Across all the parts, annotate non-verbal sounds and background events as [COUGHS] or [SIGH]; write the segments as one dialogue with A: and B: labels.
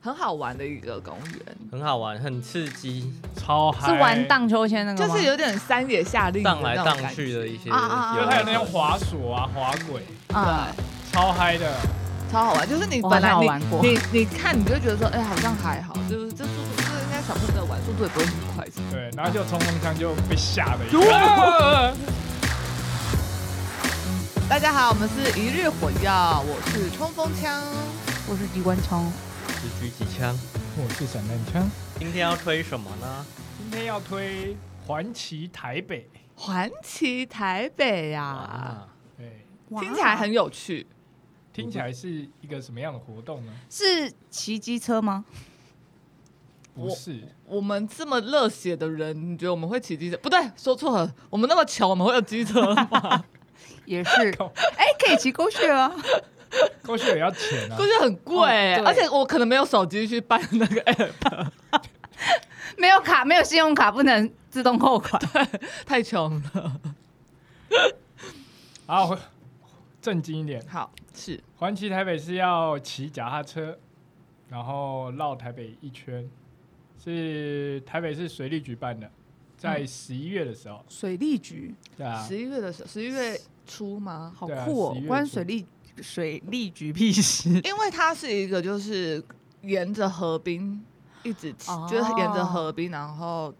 A: 很好玩的一个公园，
B: 很好玩，很刺激，
C: 超嗨，
D: 是玩荡秋千那个
A: 就
D: 吗？
A: 是有点山野夏令营
B: 荡来
A: 嗯那种
B: 荡
A: 感
B: 去
A: 觉
B: 的一些，
D: 啊啊啊
C: 就还有那种滑索啊、滑轨，
D: 啊，
C: 超嗨的。
A: 嗯超好玩。就是你
D: 我
A: 本来
D: 好像有
A: 你
D: 玩过
A: 你你看你就觉得说，哎、好像还好，就是这速度，这应该小朋友在玩，速度也不会很快。
C: 对，然后就冲锋枪就被吓了一跳。
A: 大家好，我们是一日火药，我是冲锋枪。
D: 我是机关枪，
B: 是狙击枪。
C: 我是散弹枪。
B: 今天要推什么呢？
C: 今天要推《环骑台北》，
A: 环骑台北呀、
B: 啊，
C: 对，
A: 听起来很有趣。
C: 哎听起来是一个什么样的活动呢？
D: 是骑机车吗？
C: 不是，
A: 我们这么热血的人，你觉得我们会骑机车？不对，说错了，我们那么穷，我们会有机车吗？
D: [LAUGHS] 也是
C: 靠，
D: 哎，可以骑过去啊。 [LAUGHS]
C: 过去也要钱啊
A: 估。计很贵、欸
D: 哦对
A: 而且我可能没有手机去办那个 app，
D: 没有卡，没有信用卡不能自动扣款。
A: 太穷了。
C: 好，回正经一点，《
A: 好，是
C: 环骑台北》是要骑脚踏车，然后绕台北一圈，是台北市水利局办的，在十一月的时候，
D: [LAUGHS] 水利局
C: 对啊，
A: 十一月的时候，十一月初吗？
D: 好
C: 对啊
D: 酷哦
C: 11，月
D: 关
C: 初
D: 水利水利局屁事。
A: 因为它是一个就是沿着河滨一直骑，
D: 哦
A: 就是沿着河滨，然后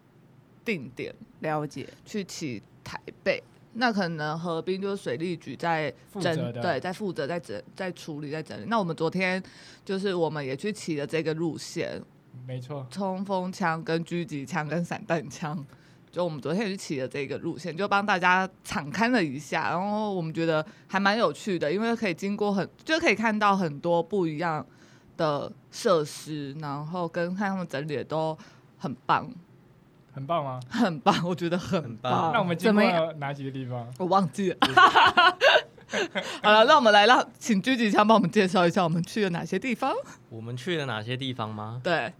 A: 定点
D: 了解，
A: 去骑台北。那可能河滨就是水利局在
C: 负
A: 整
C: 责的
A: 对，在负责在整在处理在整理。那我们昨天就是我们也去骑了这个路线，
C: 没错。
A: 冲锋枪、跟狙击枪、跟散弹枪。就我们昨天也是骑了这个路线，就帮大家敞开了一下，然后我们觉得还蛮有趣的，因为可以经过很，就可以看到很多不一样的设施，然后跟看他们整理的都很棒，
C: 很棒啊吗？
A: 很棒，我觉得很
B: 很
A: 棒，
B: 棒。
C: 那我们经
D: 怎么
C: 过
D: 样
C: 了哪几个地方？
A: 我忘记了。好了，那我们来让请狙击枪帮我们介绍一下我们去了哪些地方。
B: 我们去了哪些地方吗？
A: 对，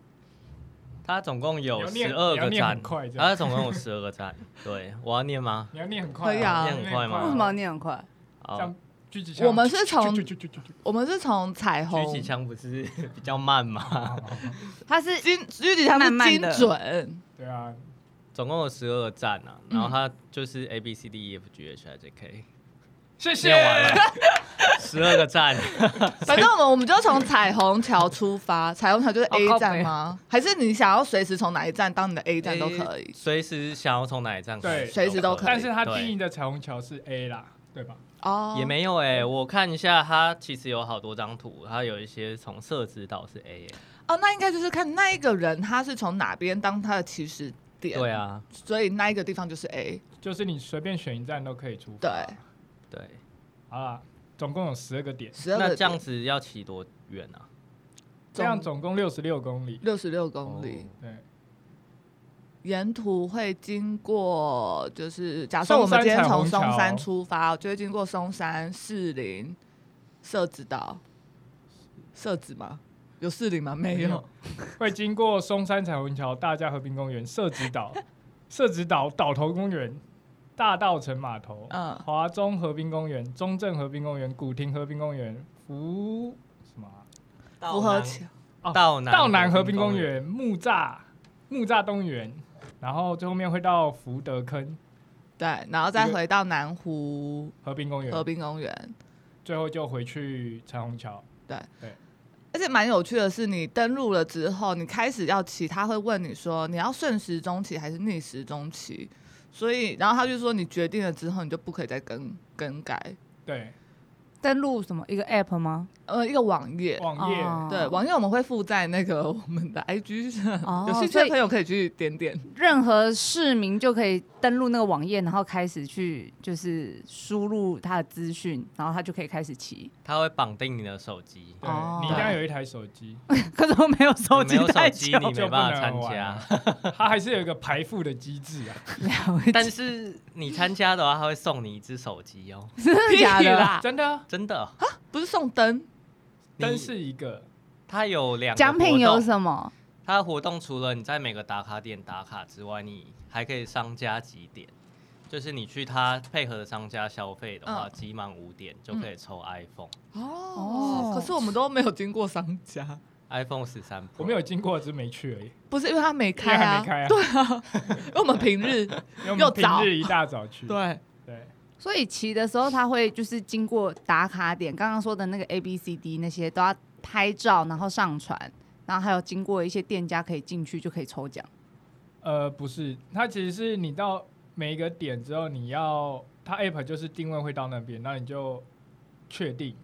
B: 它总共有
C: 你要念
B: 十二个
C: 你要念
B: 站
C: 很快，这样
B: 它总共有十二个
C: [LAUGHS]
B: 站。对，我要念吗？
C: 你要念很快、
A: 可以啊
C: 你要
B: 念很快吗
D: 为什么要念很快？
B: 好
C: 这，样狙击
A: 我们是从
C: 啾啾啾啾啾
A: 我们是从彩虹
B: 狙击枪不是比较慢吗？ [LAUGHS]
C: 啾
D: 它是
A: 精狙击枪
D: 慢
A: 是
D: 慢
A: 精
D: 的
A: 准，
C: 对啊，
B: 总共有十二个站啊，然后它就是 A B C D E F G H I J K，
C: 谢谢。
B: 念完了，十二个站。
A: [LAUGHS] 反正我们我们就从彩虹桥出发，彩虹桥就是 A
D: 哦靠北
A: 站吗？还是你想要随时从哪一站当你的 A 站都可以？
B: 随时想要从哪一站开始
C: 对
A: 随时都可以
C: 但是它定义
B: 对
C: 的彩虹桥是 A 啦，对吧？
A: 哦，
B: 也没有哎、我看一下，它其实有好多张图，它有一些从设置到是 A，、欸、
A: 哦，那应该就是看那一个人他是从哪边当他的起始点。
B: 对，啊，
A: 所以那一个地方就是 A。
C: 就是你随便选一站都可以出发。
A: 对，
B: 对。
C: 好啦，总共有十二个点，
A: 十二
B: 那
A: 个
B: 这样子要骑多远啊？
C: 这样总共六十六公里。
A: 六十六公里，
B: 哦
C: 对，
A: 沿途会经过，就是假设
C: 松
A: 我们
C: 山
A: 今天
C: 彩
A: 从
C: 虹
A: 松山
C: 桥
A: 出发，就会经过松山、士林、社子岛、社子吗？有士林吗？没
C: 嗯
A: 有。，
C: 会经过松山彩虹桥、大家和平公园、社子岛、社子岛岛头公园、大道城码头、
A: 嗯
C: 华中和平公园、中正和平公园、古亭和平公园、福什么啊、
A: 符合起
C: 哦
B: 道南
C: 道南和平
B: 公
C: 公园、木栅、木栅动物园，然后最后面会到福德坑
A: 对，然后再
C: 一个啊
A: 回到南湖
C: 和平公园，
A: 河滨公园。
C: 最后就回去彩虹桥。
A: 而且蛮有趣的是，你登录了之后，你开始要骑，他会问你说你要顺时钟骑还是逆时钟骑。所以，然后他就说你决定了之后，你就不可以再更更改。
C: 对，
D: 登录什么一个 app 吗？
A: 呃，一个网页，
C: 网页、
D: 哦
A: 对，网页我们会附在那个 [LAUGHS] 我们的 IG 上，
D: 哦
A: 有兴趣
D: 所
A: 的
D: 以
A: 朋友可以去点点。
D: 任何市民就可以登录那个网页，然后开始去就是输入他的资讯，然后他就可以开始骑。 [LAUGHS]
B: 它会绑定你的手机，
C: 对、
D: 哦
C: 你一定要有一台手机，
D: 可是我没有
C: 哦
D: 手
B: 你没
D: 机
B: 有手
D: 太
B: 机
D: 久，
B: 你没办法参加。
C: 它还是有一个排付的机制啊。
D: 了解
B: 但是你参加的话，它会送你一只手机哦，
D: 真的假
A: 屁
C: [LAUGHS]
D: 的？
A: 啦
C: 真的啊，
B: 真的。
A: 不是送灯，
B: 你
C: 灯是一个，
B: 它有两个
D: 奖品有
B: 么？
D: 什么？
B: 它的活动除了你在每个打卡点打卡之外，你还可以商家集点，就是你去它配合的商家消费的话，
A: 嗯
B: 集满五点就可以抽 iPhone。
A: 哦哦可是我们都没有经过商家，
B: iPhone 十三 Pro，
C: 我没有经过，只是没去而已。
A: 不是因为它没开
C: 因为还
A: 啊，
C: 没开啊
A: 对啊，因为我们平日
C: 因为我
A: 又
C: 们
A: 早
C: [LAUGHS] 平日一大早去。
A: 对，
C: 对，
D: 所以骑的时候，他会就是经过打卡点，刚刚说的那个 A B C D 那些都要拍照，然后上传，然后还有经过一些店家可以进去就可以抽奖。
C: 呃，不是，它其实是你到每一个点之后，你要它 app 就是定位会到那边，那你就确定，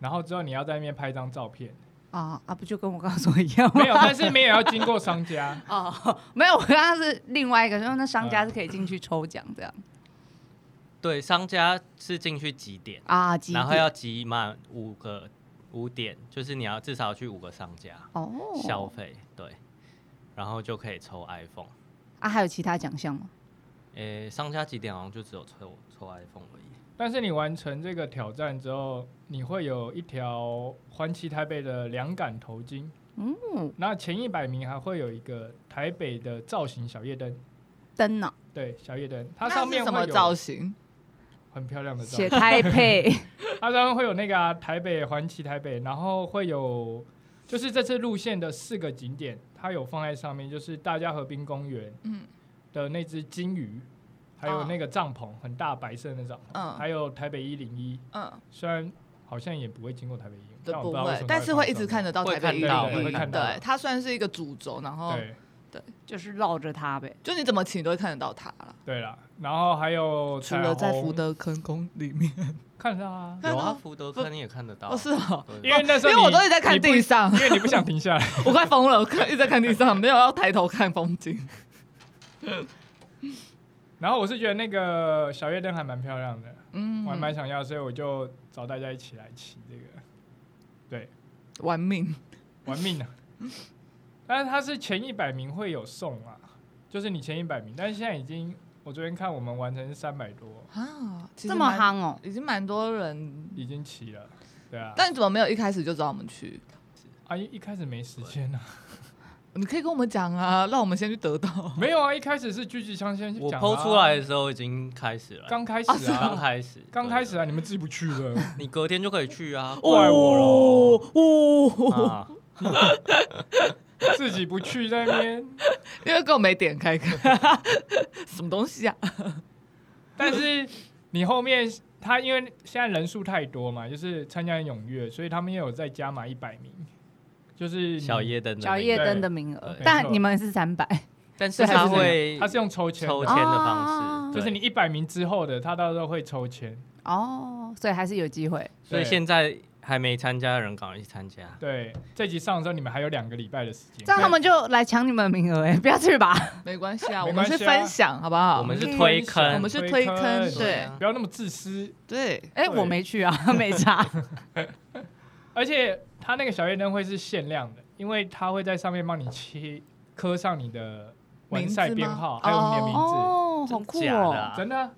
C: 然后之后你要在那边拍一张照片，
D: 啊啊，不就跟我刚刚说一样吗？
C: 没有，但是没有要经过商家。
D: 哦，没有，我刚刚是另外一个，就是那商家是可以进去抽奖这样
B: 对，商家是进去几点，
D: 啊，几
B: 然后
D: 点
B: 要集满五个五点，就是你要至少去五个商家
D: 哦
B: 消费，对，然后就可以抽 iPhone。
D: 啊，还有其他奖项吗？
B: 诶、商家几点好像就只有抽抽 iPhone 而已。
C: 但是你完成这个挑战之后，你会有一条环骑台北的凉感头巾。
D: 嗯，
C: 那前一百名还会有一个台北的造型小夜灯，
D: 灯呢、
C: 对，小夜灯，它
A: 那
C: 上
A: 是
C: 面
A: 什
C: 会
A: 么
C: 有
A: 造型？
C: 很漂亮的造
D: 写
C: 型，
D: 台配
C: 它上面会有那个、啊、台北环骑台北，然后会有就是这次路线的四个景点，它有放在上面，就是大家河滨公园
A: 嗯
C: 的那只金鱼，还有
A: 哦
C: 那个帐篷，很大白色的那帐篷，
A: 嗯
C: 还有台北一零一，
A: 嗯，
C: 虽然好像也不会经过台北一零，
A: 都
C: 但我
A: 不
C: 知道为什
A: 会
C: 么，
A: 但
C: 它
A: 是
C: 放
A: 会一直
C: 上
A: 看
C: 面
A: 得到
B: 会
A: 台
B: 看
A: 北一
B: 到
A: 零
B: 会
A: 一
C: 看，到
A: 对，它算是一个主轴，然后
C: 对
D: [LAUGHS] 就是绕着它呗。
A: 就你怎么请都会看得到它啦。
C: 对啦，然后还有
A: 除
C: 彩
A: 了在福
C: 虹
A: 德坑宫里面，
C: 看到啊，
A: 看
B: 有啊，
A: 到
B: 福德坑你也看得
A: [LAUGHS]
B: 到。啊
A: 哦是
C: [LAUGHS]
A: 哦，
B: 对
C: 因为那时
A: 因
C: 候
A: 为我
C: 你啊
A: 都一直在看
C: 你不
A: 地上，
C: [LAUGHS] 因为你不想停下来。
A: 我快疯了，我看一直在看地上，没有要抬头看风景。
C: 然后我是觉得那个小夜灯还蛮漂亮的，
A: 嗯
C: 我还蛮想要，所以我就找大家一起来骑这个，对，
A: 玩命，
C: 玩命啊！ [LAUGHS] 但是它是前一百名会有送啊，就是你前一百名，但是现在已经，我昨天看我们完成三百多，
A: 啊，其实
D: 这么
A: 蛮，
D: 夯哦，
A: 已经蛮多人。
C: 已经骑了，对啊，
A: 但你怎么没有一开始就找我们去？
C: 啊一一开始没时间啊，
A: 你可以跟我们讲啊，让我们先去得到。
C: 没有啊，一开始是狙击枪先
B: 我
C: 讲啊
B: 剖出来的时候已经开始了，
C: 刚开始
B: [LAUGHS] 刚
C: 啊，
B: 开始，
C: 刚开始
B: 对，
C: 啊，你们自己不去了， [LAUGHS]
B: 你隔天就可以去啊，
C: [LAUGHS] 怪我咯
A: 哦，
B: 啊，
C: 自己不去在那边。
A: 因为跟我没点开看， [LAUGHS] 什么东西啊？
C: 但是你后面他因为现在人数太多嘛，就是参加人踊跃，所以他们也有再加码一百名，就是你
B: 小，夜灯的那
D: 小
B: 个，
D: 夜灯的名额
B: 对，
C: 没错
D: 但你们是三百
B: 但是
C: 对
B: 它
C: 是这样
B: 会
C: 他是用抽签的，
B: 抽签的方
D: 啊
B: 式，
C: 就是
B: 对
C: 你一百名之后的，他到时候会抽签。
D: 哦，所以还是有机会。
B: 所以
C: 对
B: 现在还没参加的人赶快去参加。
C: 对，这集上的时候你们还有两个礼拜的时间，
D: 这样他们就来抢你们的名额哎、 [LAUGHS] 不要去吧。
A: 没关系啊，我
C: 没
A: 们
C: 关系啊
A: 是分享，好不
C: 啊
A: 好？
B: 我们是推坑
A: 我们是推坑，对
B: 啊
C: 不要那么自私。
A: 对，
D: 哎、
C: 对
D: 我没去啊， [LAUGHS] 没差。
C: 而且他那个小夜灯会是限量的，因为他会在上面帮你贴刻上你的完赛
A: 名字吗
C: 编号，还有你的名字。 [LAUGHS]
D: 哦，好
B: 真
D: 酷
B: 假的
D: 哦！
B: 啊
C: 真的啊、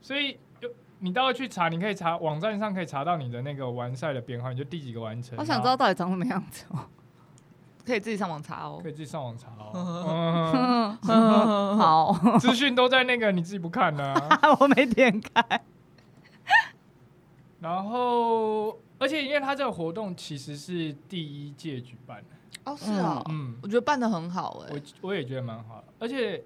C: 所以有你到时候去查，你可以查网站上可以查到你的那个完赛的编号，你就第几个完成。
D: 我想知道到底长什么样子哦。
A: 可以自己上网查哦
C: 然后可。以自己上网查
D: [LAUGHS]
C: 哦。
A: [LAUGHS]
D: 嗯 [LAUGHS] [LAUGHS] 好，
C: 嗯资讯都在那个你自己不看呢、
D: 我没点开。
C: 然后，而且因为它这个活动其实是第一届举办的，
A: 哦，是哦，
C: 嗯，
A: 我觉得办的很好哎
C: 我。我也觉得蛮好的。而且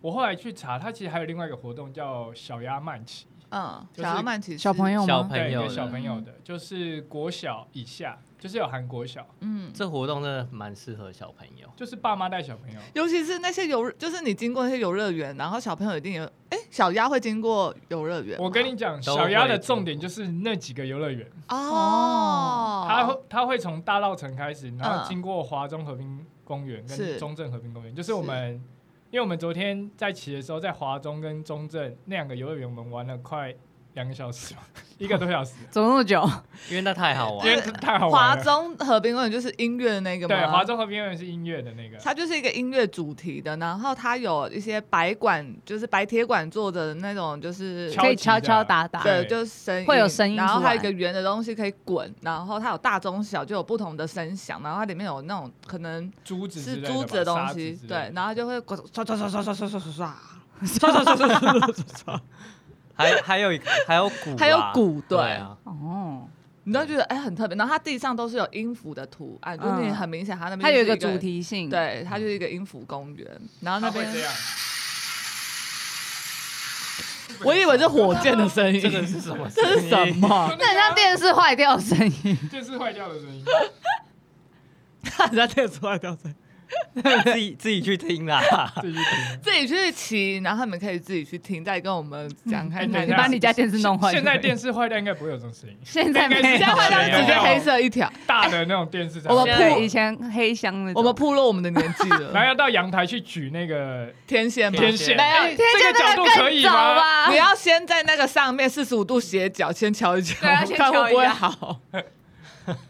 C: 我后来去查，它其实还有另外一个活动叫小鸭慢骑，
A: 嗯，
C: 就是
A: 想要慢骑士
D: 小朋，友
B: 小
D: 吗？
B: 朋
C: 对，
B: 友
C: 给
B: 的，嗯
C: 小朋友的，就是国小以下，就是有韩国小，
A: 嗯，
B: 这活动真的蛮适合小朋友。
C: 就是爸妈带小朋友。
A: 尤其是那些游，就是你经过那些游乐园，然后小朋友一定有，哎、小鸭会经过游乐园吗。
C: 我跟你讲，
B: 都
C: 小鸭
B: 会
C: 的
B: 经
C: 重
B: 过
C: 点就是那几个游乐园，
A: 哦，
C: 它会它会从大稻城开始，然后
A: 嗯
C: 经过华中和平公园
A: 是
C: 跟中正和平公园，就是
A: 是
C: 我们，因为我们昨天在骑的时候，在华中跟中正那两个游乐园，我们玩了快两个小时吧， [LAUGHS] 一个多小时，
D: 走那么久，
B: 因为那太好
A: [LAUGHS]
C: 因
B: 玩
C: 为
B: 了。
C: 太好
A: 华
C: 玩了。
A: 中河滨公园就是音乐那个吗？
C: 对，华中和平公园是音乐的那个，
A: 它就是一个音乐主题的，然后它有一些白管，就是白铁管做的那种，就是
C: 敲
D: 可以
C: 击
D: 敲
C: 的
D: 敲打打。
A: 对，
C: 对
A: 就是声音
D: 会有声音
A: 然后
D: 出
A: 还有一
D: 来
A: 个圆的东西可以滚，然后它有大中小，就有不同的声响，然后它里面有那种可能
C: 珠子之
A: 是
C: 类的吧
A: 珠子的东
C: 沙
A: 西
C: 之，类
A: 对
C: 的，
A: 然后就会刷刷刷刷刷刷刷刷刷，
B: [LAUGHS] 还还有一个还有鼓啊，啊
A: 还有鼓，
B: 对
A: 对，
B: 啊，
D: 哦，
A: 你都会觉得哎、很特别。然后它地上都是有音符的图案，就是你
D: 嗯
A: 很明显它那边
D: 它有
A: 就是
D: 一个
A: 一
D: 主，题性，，
A: 对，它就是一个音符公园。然后那边
C: 它会这样
A: 我以为是火箭的声音，
B: 这个是什么？
A: 这是什？么？ [LAUGHS]
D: 那很像电视坏掉的声音。
C: 电视坏掉的声音。
A: 大家听出来掉声，
B: 自己自己去听啦。
C: 自己听。
A: 自己去骑，然后你们可以自己去听，再跟我们讲 [LAUGHS] 看
C: 哎等
A: 看。
C: 一
D: 你
C: 下
D: 把你家电视弄坏就
C: 现
D: 可以了。
C: 在电视坏掉应该不会有这种声音，
D: 现在没
A: 现在坏掉是直接黑色一条，
C: 大的那种电视才
A: 我
C: 会
A: 们
C: 有。
A: 现在
D: 对以前黑箱那种
A: 我们暴露我们的年纪
C: [LAUGHS] 然后
A: 了。
C: 要到阳台去举那个
A: 天线吗？
C: 啊天线，
A: 没有
C: 哎
D: 天
C: 这
D: 线
C: 个角
D: 那
C: 度
D: 个
C: 可
D: 更
C: 以
D: 早
C: 吗？
D: 吧
A: 你？要先在那个上面四十五度斜角啊先敲一敲，
D: 对要先
A: 看会不
D: 敲
A: 会
D: 一下
A: 好。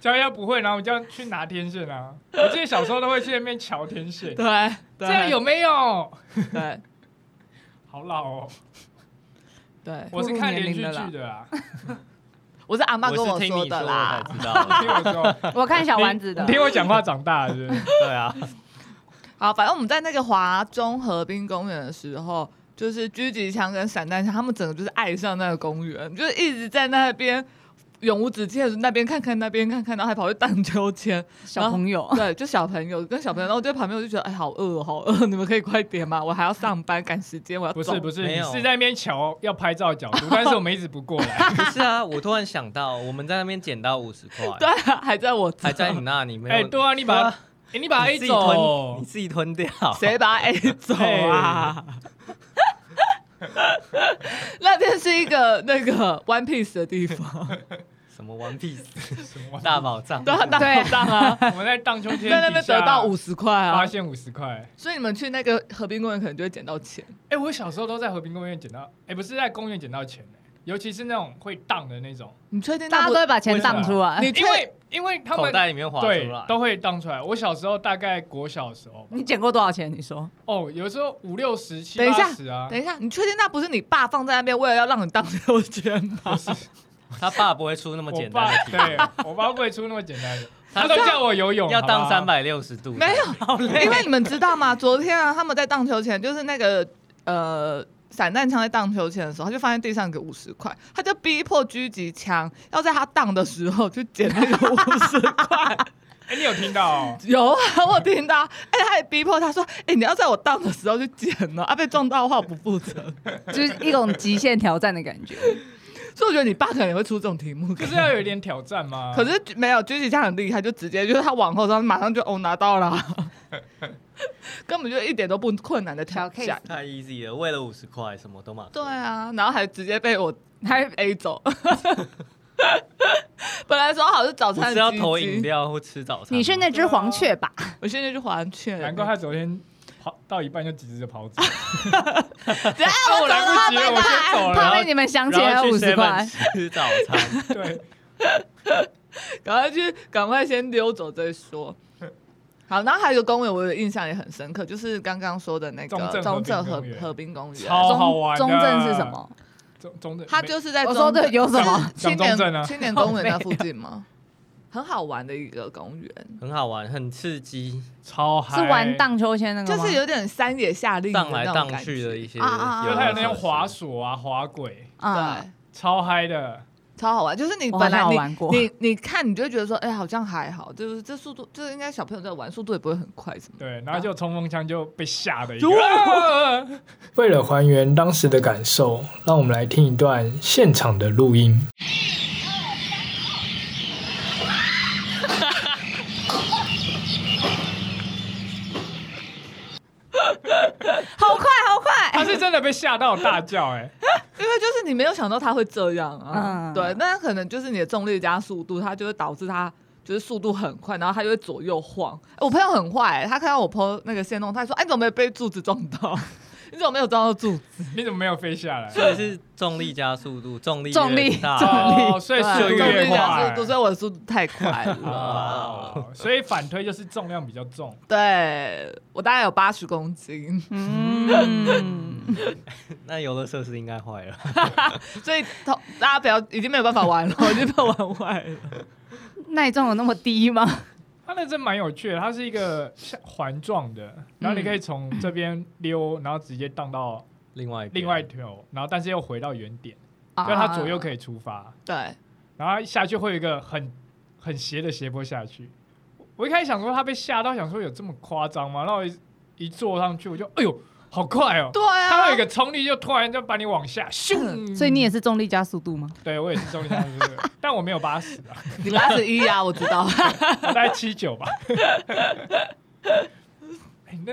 C: 小要不会，然后我们就要去拿天线啊。我记得小时候都会去那边瞧天线，
A: 对，
C: 这
A: 对
C: 样有没有？
A: 对
C: 好老哦，
A: 对，
C: 我是看连续
D: 步入年
C: 剧
D: 龄
C: 的啊。
A: 我是阿妈
B: 我
A: 跟
B: 是听
A: 说
B: 你
A: 的
B: 说
A: 啦
B: 我。才知道 [LAUGHS] 的。
C: 啊听我说，
D: [LAUGHS] 我看小丸子的
C: 你，听我讲话长大的是不是，
A: [LAUGHS]
B: 对啊，
A: 好，反正我们在那个华中河滨公园的时候，就是狙击枪跟散弹枪，他们整个就是爱上那个公园，就是一直在那边永无止境的那边看看那边看看，然后还跑去荡秋千。
D: 小朋友，
A: [LAUGHS] 对，就小朋友跟小朋友，然后我在旁边我就觉得，哎，好饿哦，好饿，你们可以快点吗？我还要上班，赶时间，我要
C: 不
A: 走
C: 是不是，
B: 没
C: 你
B: 有
C: 是在那边瞧要拍照的角度，但是我们一直不过来。
B: 不是啊，我突然想到，我们在那边捡到五十块，
A: 对啊，还在我这
B: 还在你那，你没有？
C: 哎，对啊，你把
B: 对啊
C: 哎你把 A
B: 你自己吞，
C: 走
B: 你，自己吞掉。
A: 谁把 A 走啊？ [LAUGHS] 那边是一个那个 One Piece 的地方，
B: 什么 One Piece
C: 什么
B: 大宝藏？
A: 对啊，大
D: 对
A: 宝藏啊，
C: 我们在荡秋千
A: 在那边
C: 底下
A: 得到五十块
C: 发
A: 啊，
C: 现五十块。
A: 所以你们去那个河滨公园可能就会捡到钱。
C: 哎，我小时候都在和平公园捡到，哎，不是在公园捡到钱的，尤其是那种会荡的那种，
A: 你确定那
D: 大家
A: 不
D: 都会把钱荡出来。
A: 你
C: 因
A: 确
C: 为因为他
B: 口
C: 们
B: 袋里面滑出
C: 对
B: 来，
C: 都会荡出来。我小时候大概国小的时候吧，
D: 你捡过多少钱？你说
C: 哦，有时候五六十、七
A: 等一下
C: 八十啊，
A: 等一下，你确定那不是你爸放在那边为了要让你荡秋千吗？
C: [LAUGHS]
B: 他爸不会出那么
C: 我
B: 简
C: 爸
B: 单的题
C: 对我爸不会出那么简单的，
B: 他
C: 他都叫我游泳，
B: 要
C: 好
B: 当
C: 不好
B: 三，百六十度。
A: 没有，因为你们知道吗？昨天啊，他们在荡秋千，就是那个呃散弹枪在荡秋千的时候，他就发现地上有个五十块，他就逼迫狙击枪要在他荡的时候去捡那个五十块。
C: 哎，你有听到哦？
A: 有啊，我听到，哎、他也逼迫他说，哎、你要在我荡的时候去捡呢、啊，被撞到的话我不负责。
D: [LAUGHS]
A: [LAUGHS]
D: 就是一种极限挑战的感觉。
A: 所以我觉得你爸可能也会出这种题目。
C: 可是要有一点挑战吗？
A: 可是没有狙击枪很厉害，就直接就是他往后，他马上就哦拿到了 [LAUGHS] 啊，根本就一点都不困难的挑
D: 小 case
A: 战。
B: 太 easy 了，为了五十块什么都嘛。
A: 对啊，然后还直接被我
D: 还
A: A 走。 [LAUGHS] 本来说好是早
B: 不
A: 餐
B: 是要
A: 的鸡
B: 投
A: 精
B: 饮，料或吃早餐吗。
D: 你是那只黄雀吧？
A: 我现在就还券。
C: 难怪他昨天跑到一半就急着跑走，
A: 等下
C: 啊我
A: 我
C: 来
A: 走了
C: 不及了，我先走
D: 怕
C: 了。
D: 被你们想起
B: 然
D: 来
B: 后去
D: 五十
B: 7-Eleven
D: 块。
B: 吃早餐，
C: 对，
A: 赶快去，赶快先溜走再说。
C: 嗯
A: 好，然后还有一个公园，我的印象也很深刻，就是刚刚说的那
C: 中
A: 个
C: 正
A: 中正河
C: 河滨公园
A: 河滨公园，
C: 超好玩的
D: 中中正是什么？
C: 中中正
A: 它
C: 没
A: 就是在
D: 我
A: 中
D: 说的有什么？
A: 青
C: 讲中正啊
A: 年青年公
D: [LAUGHS]
A: 园那附近吗？很好玩的一个公园，
B: 很好玩，很
A: [LAUGHS]
B: 刺激，
C: 超嗨，
D: 是玩，荡秋千那个
A: 就
D: 吗？
A: 是有点山野夏令营
B: 荡来
A: 那种
B: 荡
A: 感
B: 去的一
A: 觉，
B: 些
D: 啊啊啊
B: 游
C: 就
B: 乐设施，
C: 还有那种滑索啊、滑轨，
D: 啊
A: 对，，
C: 超嗨的。
A: 超好玩。就是你
D: 我
A: 本来
D: 好像有
A: 你
D: 玩过
A: 你你看，你就会觉得说，哎、好像还好，就是这速度，就是应该小朋友在玩，速度也不会很快什么的。
C: 对，然后就冲锋枪就被吓的一啊
A: 如
C: [LAUGHS] 个。为了还原当时的感受，让我们来听一段现场的录音。
D: 好快好快
C: [LAUGHS] 他！是真的被吓到大叫、哎，
A: 因为就是你没有想到他会这样啊，
D: 嗯
A: 对，那可能就是你的重力加速度，它就会导致它就是速度很快，然后它就会左右晃。哎我朋友很坏、他看到我抛那个线动，他说：“哎，你怎么没有被柱子撞到？ [LAUGHS] 你怎么没有撞到柱子
C: 你怎么没有飞下来？
B: 所以是重力加速度，重力
D: 重力
B: 越大 [LAUGHS]
C: 哦，所以
A: 对
C: 速度
A: 重
C: 越
A: 力加
C: 快
A: 速度，所以我的速度太快
C: [LAUGHS]
A: 了。
C: 哦，所以反推就是重量比较重。
A: 对我大概有八十公斤， [LAUGHS]
D: 嗯，
B: 那游乐设施应该坏了。
A: 所以同大家不要已经没有办法玩了，我已经被玩坏了。
D: 耐重有那么低吗？
C: 它那真蛮有趣的，它是一个像环状的，然后你可以从这边溜，然后直接荡到
B: 另外一边
C: 另外一条，然后但是又回到原点，
D: 啊
C: 就它左右可以出发。
A: 对，
C: 然后它下去会有一个很很斜的斜坡下去。我一开始想说他被吓到，想说有这么夸张吗？然后我一一坐上去，我就哎呦，好快哦！
A: 对啊，
C: 它会有一个冲力，就突然就把你往下咻。
D: 所以你也是重力加速度吗？
C: 对我也是重力加速度，但我没有八十啊，
A: [LAUGHS] 你八十一啊，我知
C: [LAUGHS]
A: 道。
C: 我大概七九吧。 [LAUGHS] 哎，那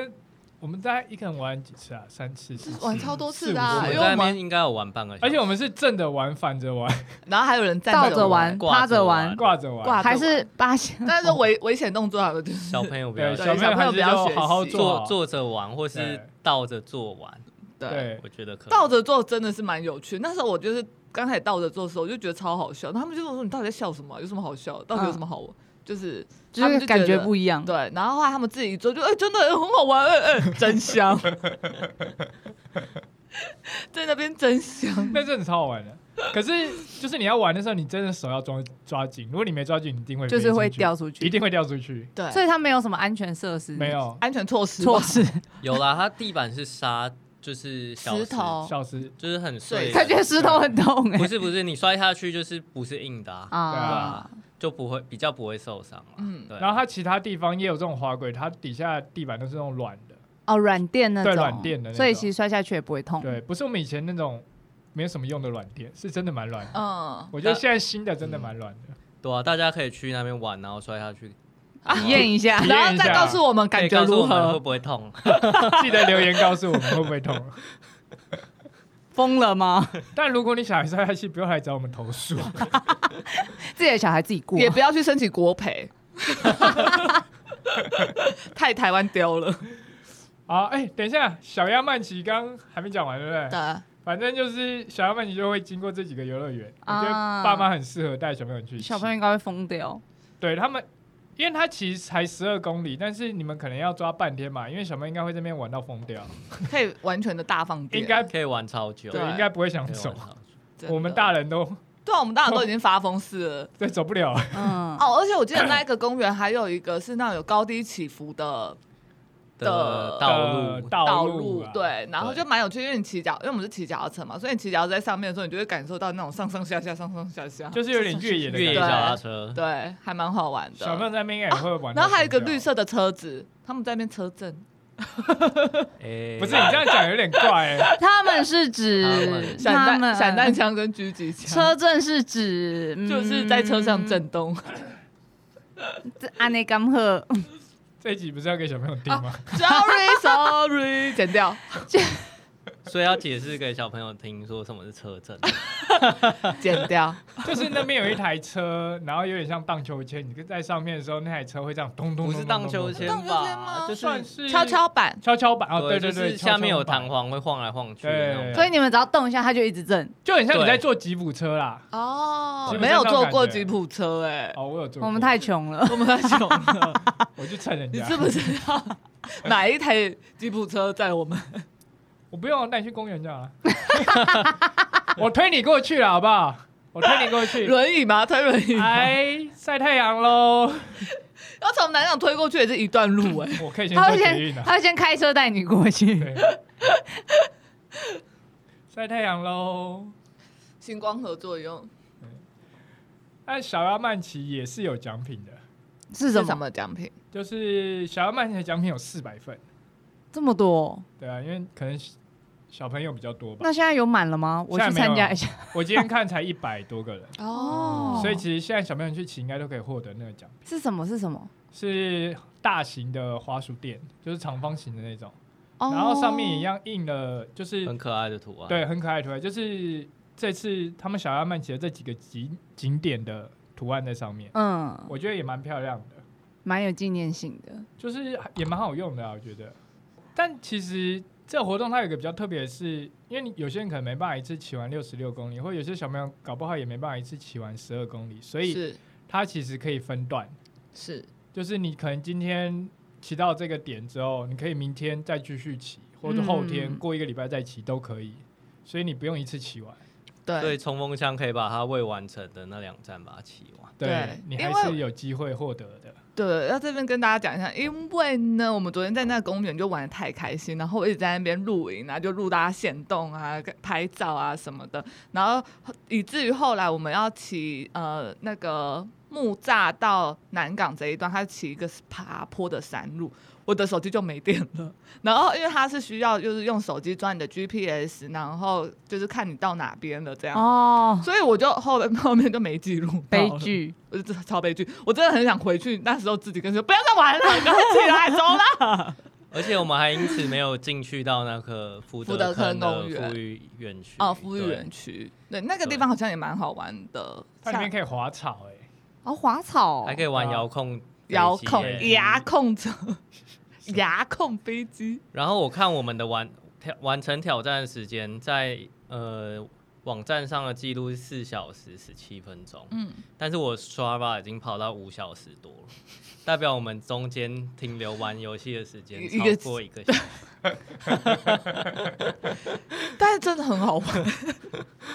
C: 我们大概一个人玩几次啊？三次、四次，
A: 玩超多次
C: 四
A: 的
B: 我
A: 啊
C: 五
B: 们
C: 次
A: 因为
B: 在那
A: 我们
B: 边应该有玩半个小
C: 而
B: 时，
C: 且我们是正着玩，反着玩，
A: 然后还有人站
D: 倒着玩
A: 玩，
B: 挂着
D: 趴着
B: 玩
D: 玩，
C: 挂着玩。
A: 挂着
D: 还
A: 玩
D: 是八仙？
A: 但是危危险动作啊，就是
B: 小朋友不要
A: 对
C: 对，
B: 学
C: 小朋
A: 小朋
C: 还
A: 友
C: 是
A: 不要
C: 就
A: 学
C: 好好
A: 习
C: 做
B: 坐
C: 好
B: 坐着玩，或是
C: 对
B: 倒着坐玩，
A: 对，
C: 对
B: 我觉得可以。
A: 倒着做真的是蛮有趣。那时候我就是刚才倒着做的时候，我就觉得超好笑。然后他们就问我说：“你到底在笑什么啊？有什么好笑的？到底有什么好玩？”就是 [LAUGHS]
D: 就
A: 他们
D: 是感觉不
A: 一
D: 一样。
A: 对。然后后来他们自己一做就，哎，真的很好玩，哎哎，真香，在那边真香。
C: 那真的超好玩的。可是就是你要玩的时候，你真的手要抓抓紧，如果你没抓紧，你一定会
D: 就是
C: 飞出
D: 会
C: 去，
D: 掉出嗯
C: 一
D: 去，
C: 定会掉出去。
A: 对，
D: 所以它没有什么安全设施，
C: 没有，
A: 安全措施吧
D: 措施，
B: 有啦，它地板是沙，就是小
A: 石，头
C: 小时
B: 就是很
A: 碎
B: 碎的。
D: 感觉石头很痛哎
B: 不。是不是，你摔下去就是不是硬的啊，
D: 啊，
B: 就不会比较不会受伤嘛。
A: 嗯
B: 对。
C: 然后它其他地方也有这种滑轨，它底下地板都是那种软的，
D: 哦，软垫那种，
C: 对软垫的那种
D: 所以其实摔下去也不会痛。
C: 对，不是我们以前那种没有什么用的软垫，是真的蛮软的。
A: 嗯，
C: 我觉得现在新的真的蛮软的，
B: 对啊，大家可以去那边玩，然后摔下去，
D: 体验一下
C: 体验一下
A: 然后再告诉我们
B: 可
A: 感
B: 以
A: 觉
B: 告诉
A: 如
B: 我们会
A: 何。
B: 不会痛？
C: 记得留言告诉我们会不会痛。
D: [LAUGHS]
C: [LAUGHS]
D: 疯了吗？
C: 但如果你小孩摔下去，不要来找我们投诉。
D: [LAUGHS]
C: [LAUGHS]
D: 自己的小孩自己过，
A: 也不要去申请国赔， [LAUGHS] 太台湾丢了。
C: 好，哎，等一下，小亚曼奇刚还没讲完，对不对？
A: 对，
C: 反正就是小样曼，你就会经过这几个游乐园，我
D: 啊
C: 觉得爸妈很适合带小朋友去骑。
D: 小朋友应该会疯 [LAUGHS] 掉。
C: 对他们，因为它其实才十二公里，但是你们可能要抓半天嘛，因为小朋友应该会在那边玩到疯掉，
A: 可以完全的大放
B: 啊
A: 电。
C: 应该
B: 可以玩超久，
C: 对，
A: 对
C: 应该不会想
B: 可以
C: 走
B: 啊玩。超久。
A: 真的
C: 我们大人都 [LAUGHS]
A: 对啊，我们大人都已经发疯似了。
C: 对走不了，
D: 嗯，
A: 哦，而且我记得那一个公园还有一个是那种有高低起伏的
B: 的
A: 的
B: 道
C: 呃
B: 路，
A: 道
C: 道
A: 路，
C: 啊，
A: 对，然后
B: 对
A: 就蛮有趣，因为你骑脚，因为我们是骑脚踏车嘛，所以你骑脚踏车在上面的时候，你就会感受到那种上上下下、上上下下，
C: 就是有点越野的
B: 越野
C: 感
B: 脚
A: 对
B: 踏车，
A: 对，还蛮好玩
C: 觉。
A: 的。
C: 小朋友在那边应该也会玩。
A: 啊然后还有一个绿，色的车子，他们在那边车震，
B: 哎，
C: 不是你这样讲有点怪欸。
D: 他们是指
B: 们
A: 散
D: 他们
A: 弹散弹枪跟狙击枪，
D: 车震是指嗯
A: 就是在车上震动。
D: 安内甘赫，
C: 这一集不是要给小朋友听吗？
A: sorry sorry，剪掉，
B: 所以要解释给小朋友听，说什么是车
C: [LAUGHS]
B: 震。
A: 剪掉。
C: 就是那边有一台车，然后有点像荡秋千，你在上面的时候，那台车会这样咚咚。
B: 不是荡秋千
A: 荡秋千
B: 吧？
A: 吗
B: 就
C: 算
B: 是
C: 是
A: 跷跷板，
C: 跷跷板哦，对
B: 就
C: 对对，
B: 是下面有
C: 跷跷板
B: 弹簧会晃来晃去
C: 对
B: 的那种。
D: 所以你们只要动一下，它就一直震。
C: 就很像你
B: 对
C: 在坐吉普车啦。
A: 哦
C: 基本上
A: 没有
C: 这种
A: 坐
C: 感
A: 过
C: 觉
A: 吉普车哎、
C: 哦，我有坐过，
D: 我们太穷了，
A: 我们在想，
C: 我去蹭人
A: 你
C: 家，
A: 知不知
C: [LAUGHS]
A: 道哪一台吉普车载我们？
C: 我不用带你去公园就好了， [LAUGHS] 我推你过去了，好不好？我推你过
D: [LAUGHS]
C: 去，
A: 轮椅吗？推轮椅吗？
C: 哎，晒太阳喽！
A: 要从南港推过去也是一段路哎、
C: 我可以先
D: [LAUGHS] 他
C: 坐
D: 会
C: 捷运
D: 先
C: 的，
D: 他会先开车带你过去。
C: 啊对，晒太阳喽。
A: 星光合作用
C: 但小鸭曼奇也是有奖品的，
D: 是什
A: 是
D: 么？
A: 什么奖品？
C: 就是小鸭曼奇的奖品有四百份，
D: 这么多？
C: 对啊，因为可能小小朋友比较多吧。
D: 那现在有满了吗？我去
C: 现在没有
D: 参加一下。
C: 我今天看才一百多个人，
A: 哦
C: 所以其实现在小朋友去骑应该都可以获得那个奖品。
D: 是什么？是什么？
C: 是大型的花束店，就是长方形的那种，
D: 哦
C: 然后上面一。样印了，就是
B: 很可爱的图案。
C: 对很可爱的图案，就是这次他们小鸭曼奇的这几个景景点的图案在上面，
D: 嗯，
C: 我觉得也蛮漂亮的，
D: 蛮有纪念性的。
C: 就是也蛮好用的啊，我觉得。但其实这个活动它有一个比较特别的是，因为你有些人可能没办法一次骑完六十六公里，或者有些小朋友搞不好也没办法一次骑完十二公里，所以
A: 是
C: 它其实可以分段，
A: 是
C: 就是你可能今天骑到这个点之后，你可以明天再继续骑，或者后天
D: 嗯
C: 过一个礼拜再骑都可以，所以你不用一次骑完。
B: 所以
A: 对
B: 冲锋枪可以把它未完成的那两站把它骑完。
A: 对
C: 你
A: 因
C: 还
A: 为
C: 是有机会获得的。
A: 对，要这边跟大家讲一下，因为呢，我们昨天在那个公园就玩的太开心，然后我一直在那边露营啊，就录大家现动啊、拍照啊什么的，然后以至于后来我们要骑呃那个木栅到南港这一段，它是骑一呃个爬坡的山路，我的手机就没电了。然后因为它是需要就是用手机抓你的 GPS，然后就是看你到哪边了这样，
D: 哦，
A: 所以我就后后面就没记录到
D: 悲
A: 了
D: 剧。
A: 我就真的超悲剧，我真的很想回去，那时候自己跟说不要再玩了，赶快起来走啦。
B: 而且我们还因此没有进去到那个福
A: 福德
B: 德
A: 坑
B: 坑的
A: 公园
B: 富裕园
A: [LAUGHS]
B: 区
A: 哦，富裕园
B: 对
A: 区，对，那个地方好像也蛮好玩的，
C: 它里
A: 像
C: 面可以滑草哎、
D: 哦，滑草哦，
B: 还可以玩遥控
A: [LAUGHS] 遥
B: 飞机
A: 控
B: 耶
A: 遥控车、 [LAUGHS] 遥控飞机，
B: 然后我看我们的完挑完成挑战的时间在呃网站上的记录是四小时十七分钟，
A: 嗯，
B: 但是我刷吧已经跑到五小时多了， [LAUGHS] 代表我们中间停留玩游戏的时间
A: 一个
B: 超过一个小时。
A: [LAUGHS] 但是真的很好玩。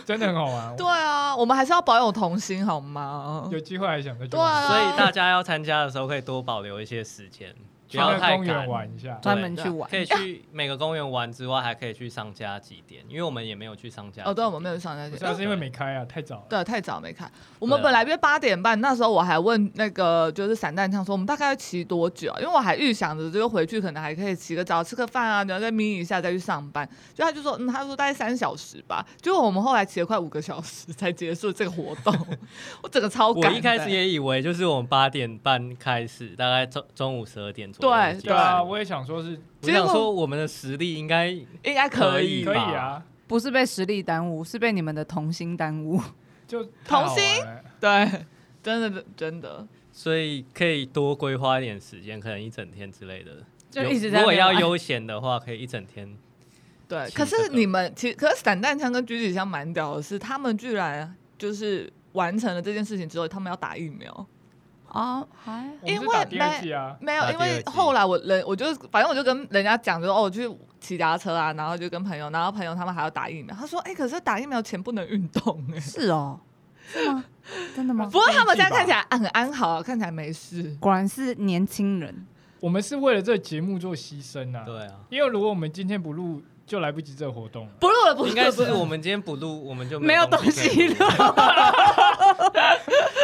C: 真的很好玩。
A: 对啊，我们还是要保有童心好吗
C: 有？机会还想再去
A: 对 [LAUGHS] 啊
B: 所
C: 玩。
B: 以大家要参加的时候可以多保留一些时间，不
C: 去
B: 要
C: 那
B: 太
C: 公
B: 赶
C: 园。玩一下。
D: 专门去玩
B: 可以去每个公园玩之外，还可以去上家几点，因为我们也没有去上家。
A: 哦，对，我们没有上那
C: 不
A: 些
C: 是，啊，是因为没开啊，太早了。
A: 对，太早没看。我
B: 啊
A: 们本来约八点半，那时候我还问那个就是散弹枪说我们大概要骑多久啊，因为我还预想着就是回去可能还可以洗个澡、吃个饭啊，然后再眯一下再去上班。就他就说，嗯，他说大概三小时吧。结果我们后来骑了快五个小时才结束这个活动，我整个超
B: 我
A: 赶的。
B: 一开始也以为就是我们八点半开始，大概中中午十二点左右
A: 对
B: 就结束。
C: 对啊，我也想说是
B: 我
A: 结果
B: 想说我们的实力应该
A: 应该可以
C: 可以
A: 吧？
C: 啊，
D: 不是被实力耽误，是被你们的童心耽误。
C: 就
A: 童
C: 太好玩
A: 心
C: 了
A: 对，真的真的。
B: 所以可以多规划一点时间，可能一整天之类的。
D: 就
B: 有
D: 一直在
B: 如果
D: 那边
B: 要
D: 玩
B: 悠闲的话，可以一整天。
A: 对，
B: 骑
A: 可是
B: 这个
A: 你们其实，可是散弹枪跟狙击枪蛮屌的是，他们居然就是完成了这件事情之后，他们要打疫苗。
D: 哦，还
C: 我们
A: 因
C: 是
A: 为
C: 打第二
A: 没
C: 季啊，
A: 没有
B: 打，
A: 因
B: 第二
A: 为
B: 季
A: 后来我人我就反正我就跟人家讲说，哦，我去骑脚踏车啊，然后就跟朋友，然后朋友他们还要打疫苗，他说，哎、可是打疫苗前不能运动、
B: [LAUGHS]
A: 哎，
D: 是哦，是吗？真的吗？
A: 不过他们现在
C: 吧
A: 看起来啊很安好，看起来没事。
D: 果然是年轻人，
C: 我们是为了这节目做牺牲啊。，
B: 对
D: [LAUGHS]
B: 啊，
C: 因为如果我们今天不录，就来不及这个活动了。
A: 不录了，不录了，
B: 应该是我们今天不录，我们就
D: 没有
B: 有
D: 东西
B: 了、 [LAUGHS] 啊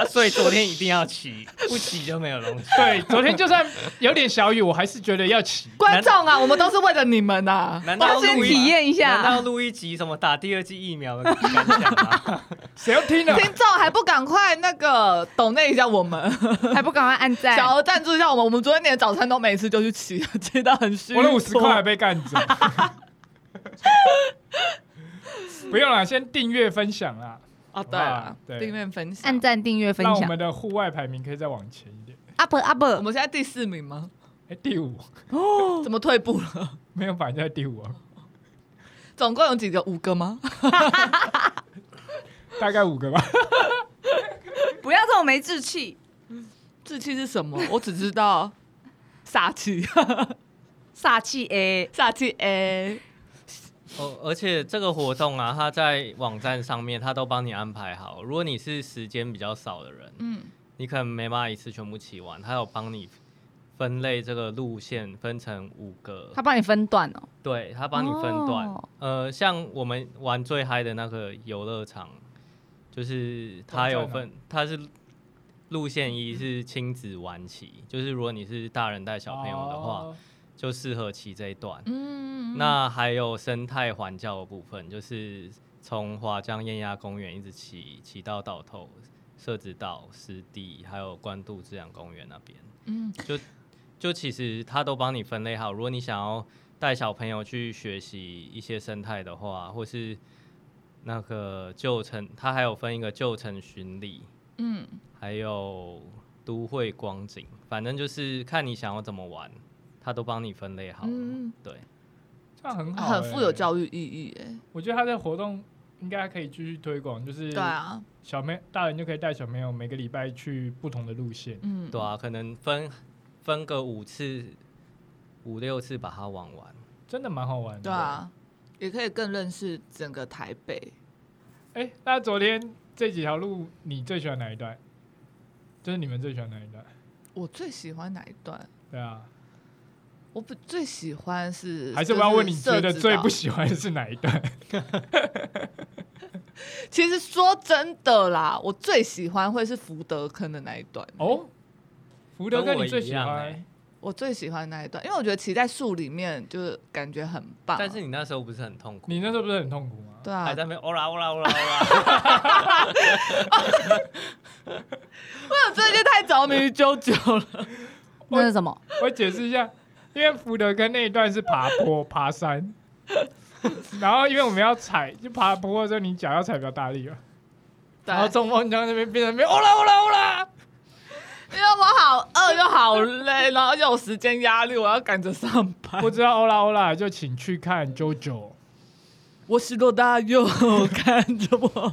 B: 所以昨天一定要骑，不骑就没有东西。
C: 对，昨天就算有点小雨，我还是觉得要起。
A: 观众啊，我们都是为了你们啊呐、
B: 难道
D: 要
B: 要
D: 先
B: 录一
D: 体验一
B: 难道
D: 下
B: 要。录一集什么打第二剂疫苗的感想吗？
C: 谁要听啊？
A: 听众还不赶快那个抖那一下我
B: [LAUGHS]
A: 们，
D: 还不赶快按赞？
A: 小额赞助一下我们。我们昨天连早餐都没吃就去骑， [LAUGHS] 骑到很虚。
C: 我的五十块还被干
A: [LAUGHS]
C: 走。不用了，先订阅分享啦，
A: 哦，对了
C: 哇，啊对
A: 订阅分享。
D: [LAUGHS] 按赞、订阅、分
C: 让我
D: 享
C: 们的户外排名可以再往前一点。
D: ，up
A: 我
D: up。
A: 们现在第四名吗？
C: 哎，第五
A: 怎么退步了？
C: 没有把人家第五啊，
A: 总共有几个？五个吗？
C: 大概五个吧。
D: 不要这么没志气，
A: 志气是什么？我只知 [LAUGHS] 道煞气，
D: 煞气 A。
A: 煞气 A。
B: 哦，而且这个活动啊，它在网站上面，它都帮你安排好。如果你是时间比较少的人，
A: 嗯，
B: 你可能没办法一次全部骑完，它有帮你分类这个路线，分成五个
D: 他，帮你分段哦，
B: 对，它帮你分段。
D: 哦
B: 呃，像我们玩最嗨的那个游乐场，就是它有分，它是路线一是亲子玩骑，就是如果你是大人带小朋友的话，
C: 哦，
B: 就适合骑这一段。
A: 嗯，
B: 那还有生态环教的部分，就是从华江雁鸭公园一直骑骑到岛头、社子岛、湿地，还有关渡自然公园那边，
A: 嗯，
B: 就就其实它都帮你分类好。如果你想要带小朋友去学习一些生态的话，或是那个旧城，它还有分一个旧城巡礼，
A: 嗯，
B: 还有都会光景，反正就是看你想要怎么玩，它都帮你分类好了。
A: 嗯
B: 对。
C: 这样很好、欸
A: 很富有
C: 教。
A: 教育意义诶。
C: 我觉得他的活动应该可以继续推广，就是
A: 对啊，
C: 小朋大人就可以带小朋友每个礼拜去不同的路线。
A: 嗯，
B: 对啊，可能分分个五次、五六次把它玩完。
C: 啊
A: 啊
C: 真的蛮好玩的。
A: 对啊，也可以更认识整个台北。
D: 哎、
C: 哎、那昨天这几条路你最喜欢哪一段？就是你们最喜欢哪一段？
A: 我最喜欢哪一段？
C: 对啊，
A: 我不最喜欢是
C: 还是我要问你
A: 就是社
C: 觉得
A: 指
C: 最
A: 导
C: 不喜欢的是哪
A: [LAUGHS]
C: 一段？
A: 其实说真的啦，我最喜欢会是福德坑的那一段。
C: 哦，福德
B: 跟
C: 哥
B: 我
C: 你最
B: 一
C: 喜
B: 样
C: 欢？
B: 欸
A: 我最喜欢那一段，因为我觉得骑在树里面就是感觉很棒。
B: 但是你那时候不是很痛苦，
C: 你那时候不是很痛苦吗？
A: 对啊
B: 还，在那边欧啦欧哦啦欧啦欧
C: [LAUGHS]
B: 啦，
A: 我最近太着迷于啾啾了。
D: 那是什 [LAUGHS] 么？
C: 我解释一下，因为福德跟那一段是爬坡
A: [LAUGHS]
C: 爬山，然后因为我们要踩，就爬坡的时候你脚要踩比较大力了，然后
A: 对，
C: 中风江那边变成变，哦啦哦啦哦啦，
A: 因哎为我好饿又好累，然后又有时间压力，我要赶着上班
C: 不。知道哦啦哦啦，就请去看 JoJo。
A: 我是罗大佑，看着我。欧啦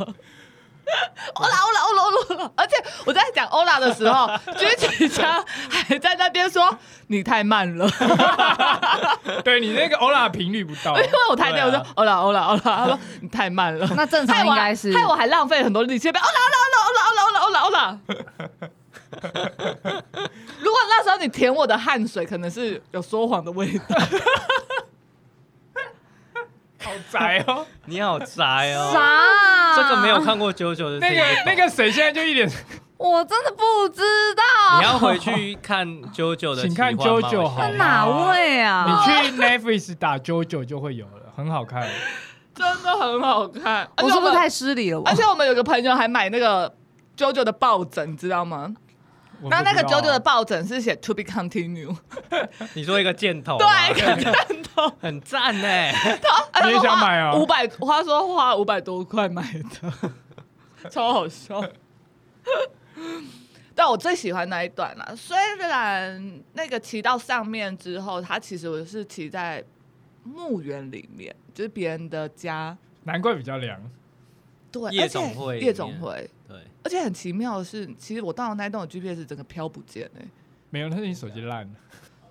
A: [LAUGHS] 欧啦欧啦欧啦欧啦！而且我在讲欧啦的时 [LAUGHS] 候，鞠启强还在那边说你太慢 [LAUGHS] 了，因
C: 对你那个欧啦频率不
A: [LAUGHS]
C: 到，
A: 为我太累，我说
B: 对啊
A: 欧啦欧啦欧啦，他 [LAUGHS] 说你太慢了。
D: 那正
A: 害
D: 常
A: 我
D: 应该是
A: 害我还浪费很多力气，被哦啦哦啦哦啦哦啦哦啦哦啦哦啦。 [LAUGHS] 如果那时候你舔我的汗水，可能是有说谎的味道。
C: 好宅哦。
B: [LAUGHS] 你好宅
D: 啥
B: 哦，
D: 啊？
B: 这个没有看过九九的
C: 那个那个谁现在就一脸，
D: 我真的不知
A: 哦
D: 道。
B: 你要回去看九九的
C: [LAUGHS] 请
B: 奇幻
C: 看
B: 冒险，
C: JoJo 好
D: 那哪位
C: 你
D: 啊？
C: 去 Netflix 打 JoJo 就会有了，很好看。
A: [LAUGHS] 真的很好看。而
D: 我
A: 且
D: 是不
A: 们
D: 是太啊失礼了？我
A: 而且我们有个朋友还买那个 JoJo 的抱枕，你知道吗？
C: 我
A: 那
C: 不
A: 那个
C: 知道啊
A: JoJo 的抱枕是写 To be continue，
B: 你说一个箭头，
A: 对，
B: [LAUGHS]
A: 一，个枕头，
B: 很赞呢。
C: 你也想买
A: 五
C: 哦？
A: 百，他说花五百多块买
C: [LAUGHS]
A: 的，超好笑。 [LAUGHS] 但我最喜欢那一段啦，虽然那个骑到上面之后，它其实我是骑在墓园里面，就是别人的家，
C: 难怪比较凉。
A: 对，
B: 夜
A: 而且
B: 总会里
A: 夜总
B: 面
A: 会，
B: 对，
A: 而且很奇妙的是，其实我到了那一栋的 GPS 整个飘不见哎、
C: 没有，那是你手机烂了。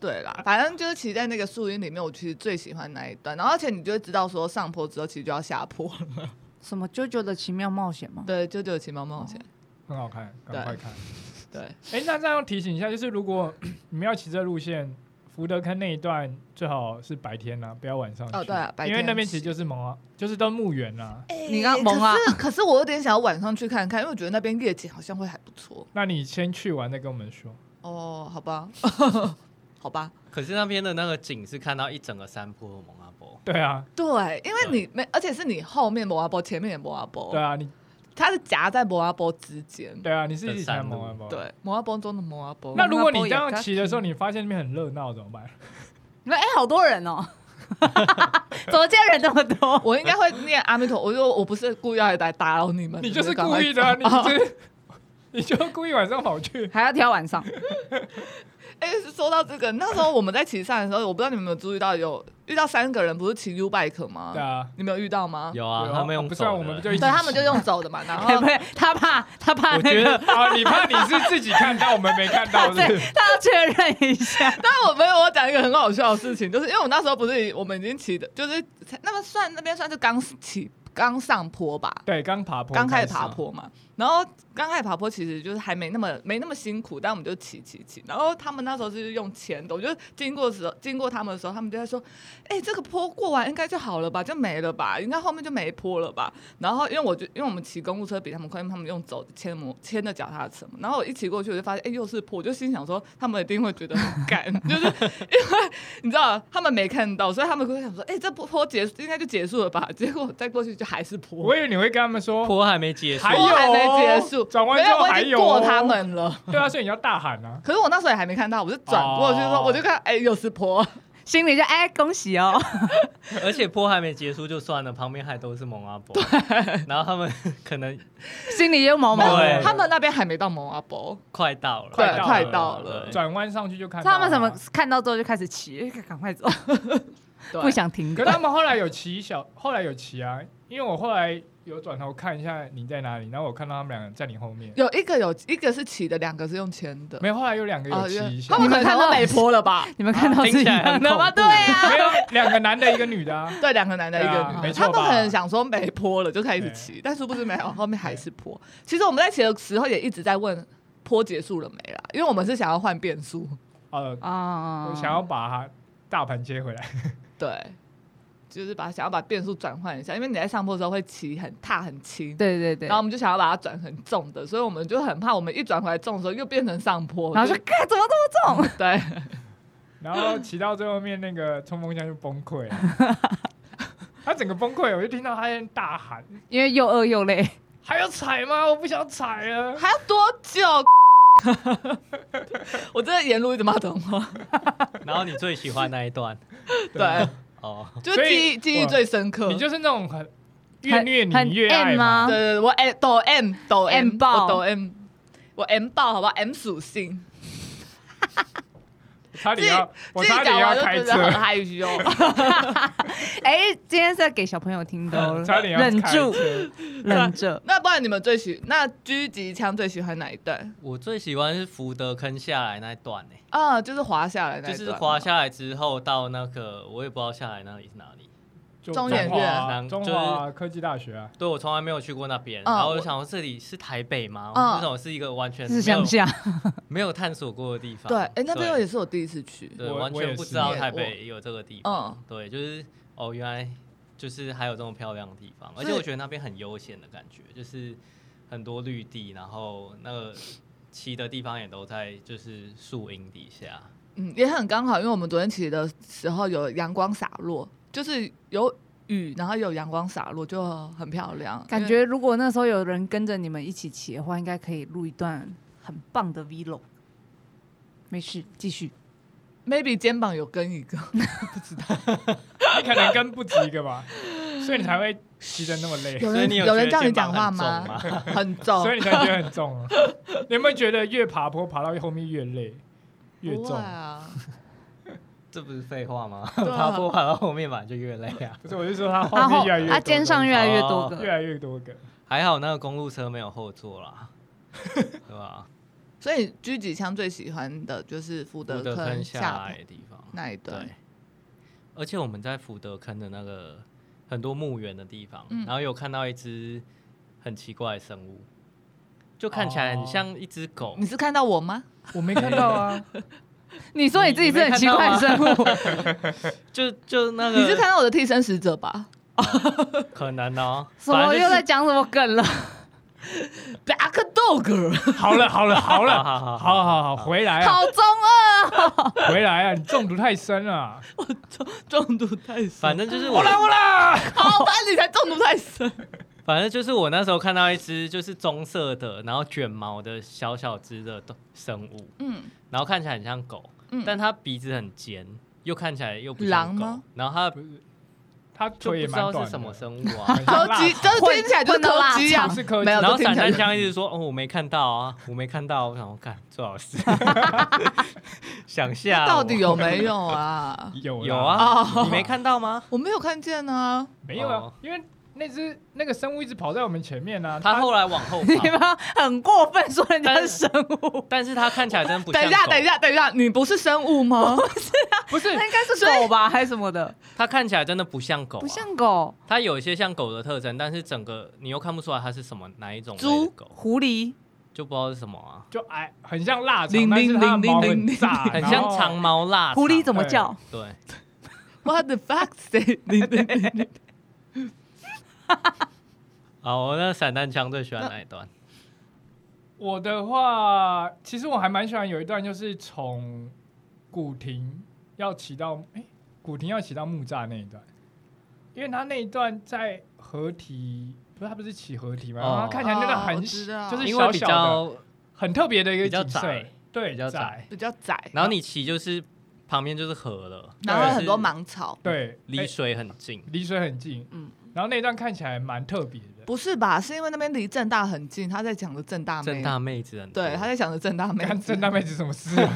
A: 对啦，反正就是骑在那个树荫里面，我其实最喜欢那一段。然后而且你就会知道说上坡之后其实就要下坡了。
D: 什么《啾啾的奇妙冒险》吗？
A: 对，就只有骑猫冒险。
C: 很好看，赶快看。
A: 对，
C: 哎、那这样提醒一下，就是如果 [COUGHS] 你们要骑这路线，福德坑那一段最好是白天啦、不要晚上去。
A: 哦对啊白天
C: 因为那边其实就是蒙啊，就是到墓园啦、
D: 你刚萌啊
A: 哎可 [LAUGHS] 是可是我有点想要晚上去看看，因为我觉得那边夜景好像会还不错。
C: 那你先去完再跟我们说。
A: 哦，好吧，好吧。
B: 可是那边的那个景是看到一整个山坡的蒙阿波，
C: 对啊，
A: [LAUGHS] 对，因为你没，而且是你后面摩阿波，前面也摩阿波
C: 对，啊，你
A: 它是夹在摩阿波之间。
C: 对啊，你是一直才蒙啊蒙。。
A: 对，摩阿波中的摩阿波。
C: 那如果你这样骑的时候，你发现那边很热闹怎么办？
D: 你们哎，好多
A: [LAUGHS]
D: 人哦，怎么今天人那么多？
A: 我应该会念阿弥陀，我就我不是故意要来打扰你们，
C: 你
A: 们
C: 就是
A: 赶
C: 故
A: 快哦
C: 意的、啊，你
A: 走
C: [LAUGHS] 就是、你就故意晚上跑
A: [LAUGHS]
C: 去。
D: 还要挑晚上，
A: 哎、说到这个，那时候我们在骑山的时候，我不知道你们有没有注意到有，遇到三个人不是骑 U bike 吗？
C: 对啊，
A: 你们有遇到吗？
B: 有啊
C: 对，啊
B: 他们用
C: 不是啊
B: 走的
C: 我们就
A: 对，
C: 一起骑
A: 他们就用走的嘛，
C: [LAUGHS]
A: 然
D: 对
A: 后
D: 不对？他怕他怕
B: 我
D: 那
B: 觉
D: 个，
B: 得
C: 啊，你怕你是自己看到，我们没看
A: [LAUGHS]
C: 到，是不
D: [LAUGHS] 对
C: 是？，
D: 他要确认一下。
A: 但我没有，我讲一个很好笑的事情，就是因为我那时候不是我们已经骑的，就是那么算那边算是刚起刚上坡吧，
C: 对，刚爬坡，啊
A: 刚开始
C: 上
A: 爬坡嘛，然后刚开始爬坡其实就是还没那么没那么辛苦，但我们就骑骑骑。然后他们那时候是用钱的，我就经过的时候经过他们的时候，他们就在说：“哎、这个坡过完应该就好了吧，就没了吧，应该后面就没坡了吧。”然后因为我就因为我们骑公路车比他们快，因为他们用走的牵摩牵的脚踏车嘛。然后我一骑过去，我就发现哎、又是坡，我就心想说他们一定会觉得很干，就是 [LAUGHS] 因为你知道他们没看到，所以他们会想说：“哎、这坡坡结束应该就结束了吧？”结果再过去就还是坡。
C: 我以为你会跟他们说，
B: 坡还没结束
C: 还，有哦
A: 我还没结束，
C: 转弯
A: 没
C: 之
A: 有，
C: 后
A: 我
C: 还
A: 已经
C: 有哦
A: 过他们了。
C: 对啊，所以你要大喊啊！
A: 可是我那时候也还没看到，我就转过去说，
C: 哦
A: 我就看，哎、又是坡，
D: 心里就哎，恭喜
A: [LAUGHS]
D: 哦！
B: [LAUGHS] 而且坡还没结束就算了，旁边还都是蒙阿波，然后他们可能
D: 心里也毛毛
B: 对
A: 但是
D: 的。
A: 他们那边还没到蒙阿波，
B: 快到了，
A: 对
C: 到了
A: 快到了
B: 对
C: 转弯上去就看到啊
D: 他
C: 了
D: 们怎么看到之后就开始骑，赶快走，
A: 对
D: 不想停
C: 可。他们后来有骑小，后来有骑啊，因为我后来有转头看一下你在哪里，然后我看到他们两个在你后面，
A: 有一个有一个是骑的，两个是用牵的。呃
C: 没有，后来有两个有骑一下
A: 哦他，们可能看到美坡了吧？
D: 你们看
C: 啊
D: 到
B: 听
D: 是一
B: 起来很
D: 样的吗？
B: 恐怖
D: 对啊，
C: 没有两个男的，一个女的啊。
A: [LAUGHS] 对，两个男的，一个
C: 对啊
A: 女的。
C: 没
A: 他
C: 错
A: 们
C: 吧
A: 可能想说没坡了就开始骑，但殊不知没有，后面还是坡。其实我们在骑的时候也一直在问坡结束了没啦，因为我们是想要换变速。
C: 呃，
A: 哦
D: 啊
C: 我想要把大盘接回来。
A: 对，就是把想要把变速转换一下，因为你在上坡的时候会骑很踏很轻，
D: 对对对，
A: 然后我们就想要把它转很重的，所以我们就很怕我们一转回来重的时候又变成上坡，嗯
D: 然后就看怎么这么重， [LAUGHS]
A: 对，
C: 然后骑到最后面，那个冲锋枪就崩溃了，他整个崩溃，我就听到他在大喊
D: 因为又饿又累，：“
C: 还要踩吗？我不想踩了。
A: 还要多久？ [LAUGHS] 我真的沿路一直骂脏话，
B: 然后你最喜欢那一段 [LAUGHS]
A: 对，
B: 哦，
A: 就是
C: 所以
A: 记忆记忆
C: 我
A: 最深”刻。
C: 你就是那种很越
D: 很
C: 虐
D: 很
C: 你越
D: M 啊
C: 爱嘛
D: 吗？
A: 对对，对我 M 抖 M 抖
D: M
A: M
D: 爆
A: 我抖 M，我 M 爆好不好？M 属性，
C: 差
A: 自
C: 点
A: 己
C: 要，我
A: 自己
C: 差点
A: 讲
C: 要
A: 完就
C: 开
A: 觉
C: 车，
A: 得， [LAUGHS] 很害羞。
D: 哎，今天是在给小朋友听的
C: [LAUGHS]
D: 哦 [LAUGHS]
C: 差点要
D: 忍
C: 开
D: 住，
C: 车 [LAUGHS]
D: 忍着，
A: 那不然你们最喜那狙击枪最喜欢哪一段？
B: 我最喜欢是福德坑下来那一段呢、
A: 啊，就是滑下来那一
B: 就
A: 段，
B: 是滑下来之后到那个我也不知道下来那里是哪里，
A: [LAUGHS]
C: 就
A: 中
C: 中
A: 研
C: 华啊
D: [LAUGHS]
B: 院
C: 中
B: 就是
C: 华科技大学啊，
B: 对我从来没有去过那边，
A: 嗯
B: 然后我就想说这里是台北吗？
A: 嗯
B: 为什么是一个完全没
D: 是
B: 有
D: 乡下，
B: 没有探索过的地方？
A: 对，哎，那边
B: 对
A: 也是我第一次去。
B: 对，
C: 我
B: 完
C: 我也
B: 全不
C: 是
B: 知道
A: 耶
B: 台
A: 我
B: 北有这个地方。
A: 嗯，
B: 对，就是哦，原来就是还有这么漂亮的地方，而且
A: 所以
B: 我觉得那边很悠闲的感觉，就是很多绿地，然后那个骑的地方也都在就是树荫底下。
A: 嗯，也很刚好，因为我们昨天骑的时候有阳光洒落，就是有雨，然后有阳光洒落，就很漂亮。
D: 感
A: 因为
D: 觉如果那时候有人跟着你们一起骑的话，应该可以录一段很棒的 vlog。没事，继续。
A: maybe 肩膀有跟
B: [LAUGHS]
A: 一个，不知道。
C: 你可能跟不及一个吧，所以你才会骑得那么
A: [LAUGHS]
C: 累，
A: 有
B: 所以
A: 人
B: 你
A: 人
B: 觉
A: 叫
B: 得
A: 你
B: 肩
A: 讲
B: 膀
A: 话
B: 很
A: 吗 [LAUGHS]
B: 重？
A: 很
B: [LAUGHS]
A: 重
C: 所，以你才觉得很重啊。你有没有觉得越爬坡爬到后面越累，越
A: 不
C: 重
A: 会？啊。
B: 这不是废话吗？ [LAUGHS]
A: 对啊
B: 爬坡爬到后面嘛就越累啊。
C: 不是，我就说他
D: 然
C: 后
D: 后
C: 面越来越多哦
D: 他肩上越来越多
C: 越
D: 个，啊
C: 来越多个，
B: 还好那个公路车没有后
A: [LAUGHS]
B: 座啦，对吧？
A: 所以狙击枪最喜欢的就是福
B: 福
A: 德
B: 德
A: 坑
B: 坑
A: 下
B: 下来
A: 坡
B: 的地方，
A: 那一段
B: 对。。而且我们在福德坑的那个很多墓园的地方，
A: 嗯
B: 然后有看到一只很奇怪的生物，就看起来很像一只狗
A: 你，是看到我吗？
C: 我没看到啊，
D: 你说你自己是很奇
C: [LAUGHS]
D: 怪的生物，
B: [LAUGHS] 就就那个
A: 你是看到我的替身使者吧？
B: 可能哦，
D: 什么
B: 反正就
D: 又
B: 是
D: 在讲什么梗 [LAUGHS] 了？
A: Black [LAUGHS] Dog，
C: 好了好了好了，
B: 好好好
C: 好好好，回来啊
D: 好中二啊！
C: 回来啊，你中毒太深了，
A: 中毒太深，
B: 反正哦就是我，
C: 我啦，
A: 好，反正你才中毒太深。
B: 反正就是我那时候看到一只就是棕色的，然后卷毛的小小只的动生物，
A: 嗯
B: 然后看起来很像狗，
A: 嗯，
B: 但它鼻子很尖，又看起来又不像
A: 狼
B: 狗
A: 吗，
B: 然后它
C: 不是，他
B: 就不
C: 腿也
B: 知
C: 蛮
B: 道是
C: 短的，
B: 什么生物啊。
C: 很
A: 柯
C: 像
A: 基，
C: 腊
A: 就是
C: 肠
A: 听起来就是柯基啊
C: 不是柯，基
A: 没有，
B: 然后
A: 就听
B: 散
A: 起来
B: 弹枪一直说：“哦，我没看到啊，我没看到。”我想，我看最好是想吓我
A: 到底有哦没有
C: [LAUGHS]
A: 啊？
C: 有
B: 有
C: 啦，
B: 啊？你没看到吗？
A: 我没有看见啊，
C: 没有啊
B: 哦？
C: 因为那只那个生物一直跑在我们前面啊，
B: 他后来往后
D: 你
B: 跑，
D: 们很过分，说人家是生物，
B: 但是他看起来真不像
A: [LAUGHS] 等一下，
B: 狗
A: 等一，下，等一下，你不是生物吗？
C: 不是
D: 那应该是狗吧，还是什么的？
C: 啊
B: 他看起来真的不像狗啊，
D: 不像狗，
B: 他有一些像狗的特征，但是整个你又看不出来它是什么哪一种类的
A: 猪
B: 狗，
D: 狐狸，
B: 就不知道是什么啊，
C: 就矮，很像腊肠
A: 铃，
C: 但是它的
A: 铃
C: 毛
A: 铃铃
C: 很
A: 铃
C: 炸，
B: 很
C: 然
B: 像
C: 后
B: 长毛腊肠。
D: 狐狸怎么
C: 对
D: 叫？
B: 对，
A: What the fuck？谁？ [LAUGHS] 你你你你
B: 好，哦我那散弹枪最喜欢哪一段？
C: 我的话，其实我还蛮喜欢有一段，就是从古亭要骑到哎、古亭要骑到木栅那一段，因为他那一段在合体，不是他不是骑合体吗？
B: 哦
C: 然后他看起来真的
A: 哦我
C: 很
A: 知道
C: 小，就是
B: 因为
C: 小
B: 比
C: 小的，
B: 较，
C: 很特别的一个
B: 比较
C: 景色
B: 窄，
C: 对，
B: 比较窄
C: 窄，
A: 比较窄，
B: 然后你骑就是旁边就是河了，
A: 然后
C: 对
A: 很多
B: 就是
A: 芒草，
C: 对，
B: 离
C: 哎
B: 水很近。
C: 离水很近，
A: 嗯
C: 嗯，然后那一段看起来蛮特别的，的。
A: 不是吧？是因为那边离正大很近，他在讲的正大妹，
B: 正大妹子很多
A: 对，他
C: 嗯
A: 在讲的正大妹，
C: 干正大妹子什么
B: [LAUGHS]
C: 事啊？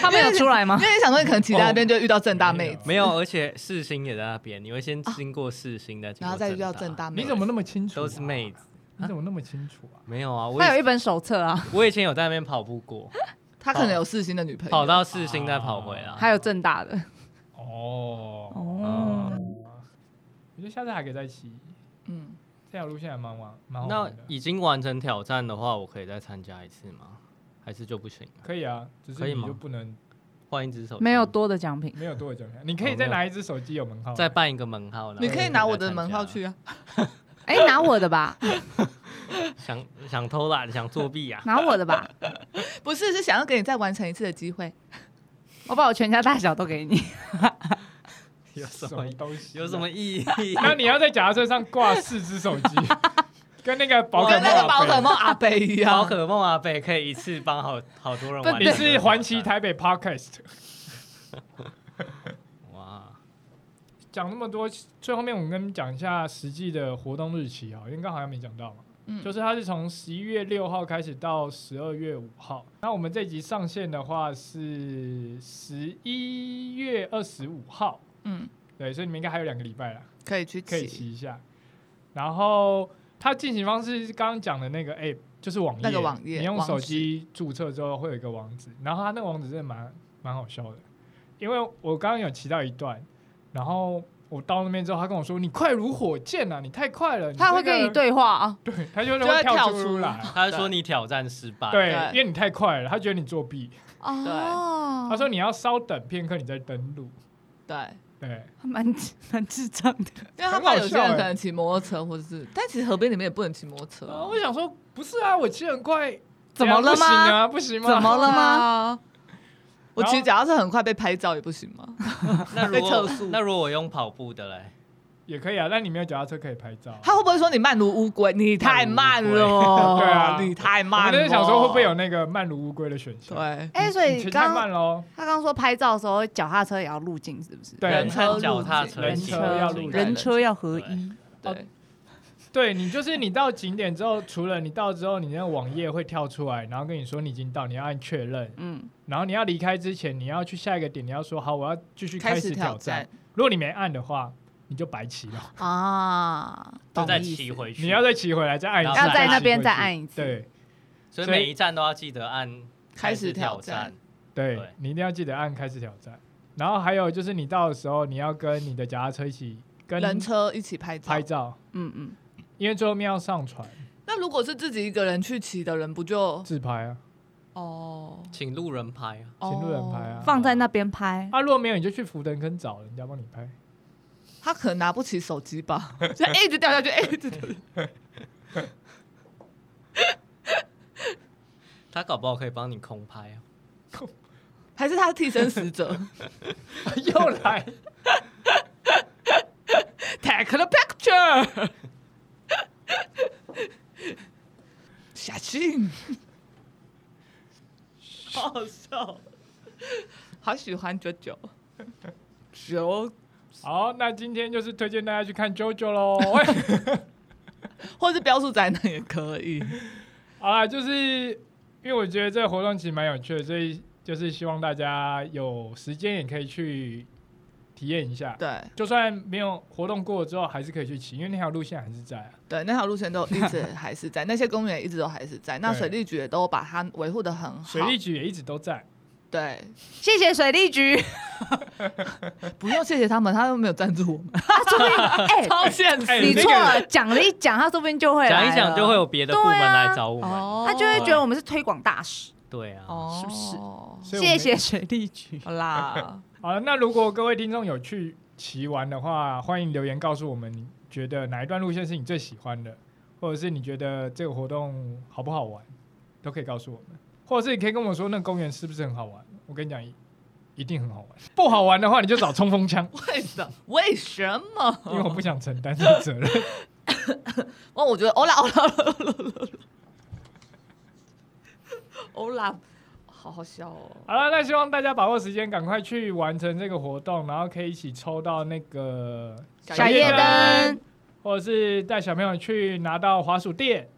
D: 他们有出来吗
A: 因？为你想说你可能其他那边就遇到正大妹子，
B: 没有，而且世新也在那边，你会先经过世新，再经过
A: 啊然后再遇到正
B: 正
A: 大妹，
C: 你怎么啊那么清楚、
B: 都是妹
C: 子，
B: 子。
C: 你怎么那么清楚啊？
B: 没有啊，我
D: 他有
B: 以
D: 一本手册啊，
B: 我以前有在那边跑步过，
A: 他可能有四星的女朋友，
B: 跑到世新再跑回
C: 啊
B: 来。
D: 还有正大的
C: 哦，
D: 哦。
B: 嗯
C: 我觉得下次还可以再骑，
A: 嗯，
C: 这条路线还蛮玩，蛮好
B: 那
C: 玩的。
B: 已经完成挑战的话，我可以再参加一次吗？还是就不行？
C: 可以啊，只是
B: 可以
C: 你
B: 吗
C: 就不能
B: 换一只手机
D: 没有多的奖品，
C: 没有多
B: [LAUGHS]
C: 的奖品，你可以再拿一只手机有门号，
B: 再
C: [LAUGHS]
B: 办一个门号，然后
A: 你可以拿我的
B: 再参
A: 门
B: 加
A: 号去啊，
D: 哎，拿我的吧，！
B: 想想偷懒，想作弊
A: [LAUGHS]
B: 啊
D: 拿我的吧，
A: 不是是想要给你再完成一次的机会，
D: 我把我全家大小都给你。
B: 有什
C: 什
B: 么
C: 么东西，啊
B: 有什么？意
A: [LAUGHS]
B: 义？
A: 啊
C: 那你要在脚踏车上挂四只
B: [LAUGHS]
C: 手机，跟那个宝可
A: 跟
C: 梦
A: 那
C: 啊
A: 个宝可梦阿贝一
B: 宝
A: 样，
B: 可梦啊，北可以一次帮好好多人
D: 不
B: 玩。
C: 你是环旗台北 Podcast，
B: 哇！
C: 讲那么多，最后面我们跟你讲一下实际的活动日期啊，因为刚好像没讲到嘛。
A: 嗯
C: 就是它是从十一月六号开始到十二月五号。那我们这集上线的话是十一月二十五号，
A: 嗯，
C: 对，所以你们应该还有两个礼拜啦，
A: 可以去
C: 可以
A: 骑
C: 骑一下。然后它进行方式是刚刚讲的那个 app，就是网页，
A: 那个网页
C: 你用
A: 网址
C: 手机注册之后会有一个网址，然后它那个网址真的蛮蛮好笑的，因为我刚刚有骑到一段，然后我到那边之后，他跟我说：“你快如火箭啊，你太快了。”
D: 他会
C: 这个
D: 跟你，对话啊，
C: 对， [LAUGHS] 他就
A: 就会
C: 会
A: 跳
C: 跳
A: 出
C: 出来。
B: 他说你挑战失败，
C: 对
A: 对，
C: 因为你太快了，他觉得你作弊。
D: 哦，
C: 他说你要稍等片刻，你再登录。
A: 对，
C: 对，
D: 蛮蛮智障的，
A: 因为他
C: 很好
A: 怕有些
C: 笑
A: 人
C: 欸
A: 可能骑摩托车或者是，但其实河边里面也不能骑摩托车
C: 呃，
A: 啊，
C: 我想说不是啊，我骑很快，
D: 哦怎么了
C: 不行
D: 吗？
C: 啊，不行吗？
D: 怎么了吗
A: 吗？ [LAUGHS] 我骑脚踏车很快被拍照也不行
D: 哦
A: 吗？
B: 那如
A: 被测
B: 果
A: 速
B: 那如果我用跑步的嘞，
C: 也可以啊，但你没有脚踏车可以拍照啊。
A: 他会不会说你慢如乌龟？你太慢了，
C: 对啊
A: 你太
C: 我
A: 慢
C: 们就
A: 了。
C: 是想说会不会有那个慢如乌龟的选项？
A: 对
D: 哎，所
C: 你
D: 以
C: 骑太
D: 刚
C: 慢喽，
D: 他刚说拍照的时候，脚踏车也要入境，是不是？
C: 对
B: 人和脚踏车
C: 人
B: 一起
C: 车要
B: 进行
C: 路
D: 人车要合一，嗯
A: 对
C: 对你就是你到景点之后，除了你到之后，你那个网页会跳出来，然后跟你说你已经到，你要按确认，
D: 嗯，
C: 然后你要离开之前，你要去下一个点，你要说好，我要继续
A: 开
C: 始
A: 始挑
C: 战
A: 战。
C: 如果你没按的话，你就白骑了，
D: 啊，
B: 就
D: 懂
B: 再
D: 意思
B: 骑回去。
C: 你要再骑回来，再按一次，
B: 要在
C: 再骑
B: 那
D: 边
C: 回
D: 再
C: 去
D: 按一次
C: 对
B: 所以
C: 所以
B: 每一站都要记得按
A: 开始
B: 始
A: 挑
B: 挑
A: 战。
C: 对
B: 对，
C: 你一定要记得按开始挑战。然后还有就是你到的时候，你要跟你的脚踏车一起跟
A: 人车一起拍照
C: 拍。照，
D: 嗯嗯，
C: 因为最后面要上传
A: 那如果是自己一个人去骑的人，不就
C: 自拍啊，
A: 哦，
B: 请路人拍啊，
C: 请路人拍啊
A: 哦
D: 放在那边拍，
C: 啊，如果没有你就去福登坑找人家帮你拍。
A: 他可能拿不起手机吧，就一直掉下去，一直掉下去。
B: 他搞不好可以帮你空拍啊。
A: 还是他是替身使者
C: 又来，
A: ，take the picture，下去， [LAUGHS]
B: 好好笑。
A: 好喜欢九 [LAUGHS] 九九，
C: 好，那今天就是推荐大家去看 JoJo 喽。 [LAUGHS] 喂
A: 或是标速宅男也可 [LAUGHS] 以。
C: 好啦，就是因为我觉得这个活动其实蛮有趣的，所以就是希望大家有时间也可以去体验一下。
A: 对
C: 就算没有活动过之后，还是可以去骑，因为那条路线还是在啊。
A: 对，那条路线都一直还是在，那 [LAUGHS] 些公园也一直都还是在，那
C: 对
A: 水利局也都把它维护的很好。
C: 水利局也一直都在。
A: 对，
D: 谢谢水利局， [LAUGHS]
A: 不用谢谢他们，他又没有赞助我们，
D: 他说不定
A: [LAUGHS]
D: 哎，
A: 超现
C: 哎
A: 实。
D: 你
C: 那
D: 错
C: 个
D: 了，讲了一讲，他说不定就会
B: 讲
D: 来
B: 一讲
D: 了
B: 就会，有别的部门
D: 对啊
B: 来找我们。
A: 哦
D: 他就会觉得我们是推广大使。
B: 对啊，
A: 哦，
D: 是不是
C: 所以我
D: 谢
C: 们
D: 谢水利局，
A: 好 [LAUGHS] 啦，，
C: 好了，那如果各位听众有去骑完的话，欢迎留言告诉我们，你觉得哪一段路线是你最喜欢的，或者是你觉得这个活动好不好玩，都可以告诉我们，或者是你可以跟我说那个公园是不是很好玩。我跟你讲，一一定很好玩。不好玩的话，你就找冲锋枪
A: 为什么？为什么？
C: 因为我不想承担这个责任。
A: 哦，我觉得欧啦欧啦欧啦欧啦欧啦，好好笑哦。
C: 好了，那希望大家把握时间，赶快去完成这个活动，然后可以一起抽到那个
A: 小夜
D: 夜
A: 灯。
C: 或者是带小朋友去拿到滑鼠垫。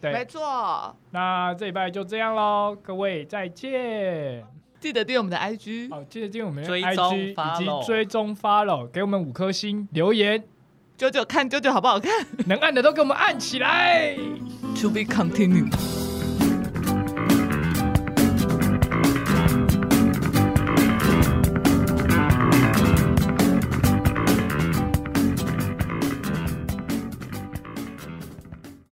A: 没
C: 对，
A: 错，
C: 那这礼拜就这样喽，各位再见。
A: 记得订阅我们的 IG。
C: 好，记得进我们的
B: 追
C: IG
B: 踪
C: 以及
B: follow
C: 追踪 follow，给我们五颗星留言，
A: 九九看九九好不好看
C: 能按的都给我们按起来。
A: ？To be continued。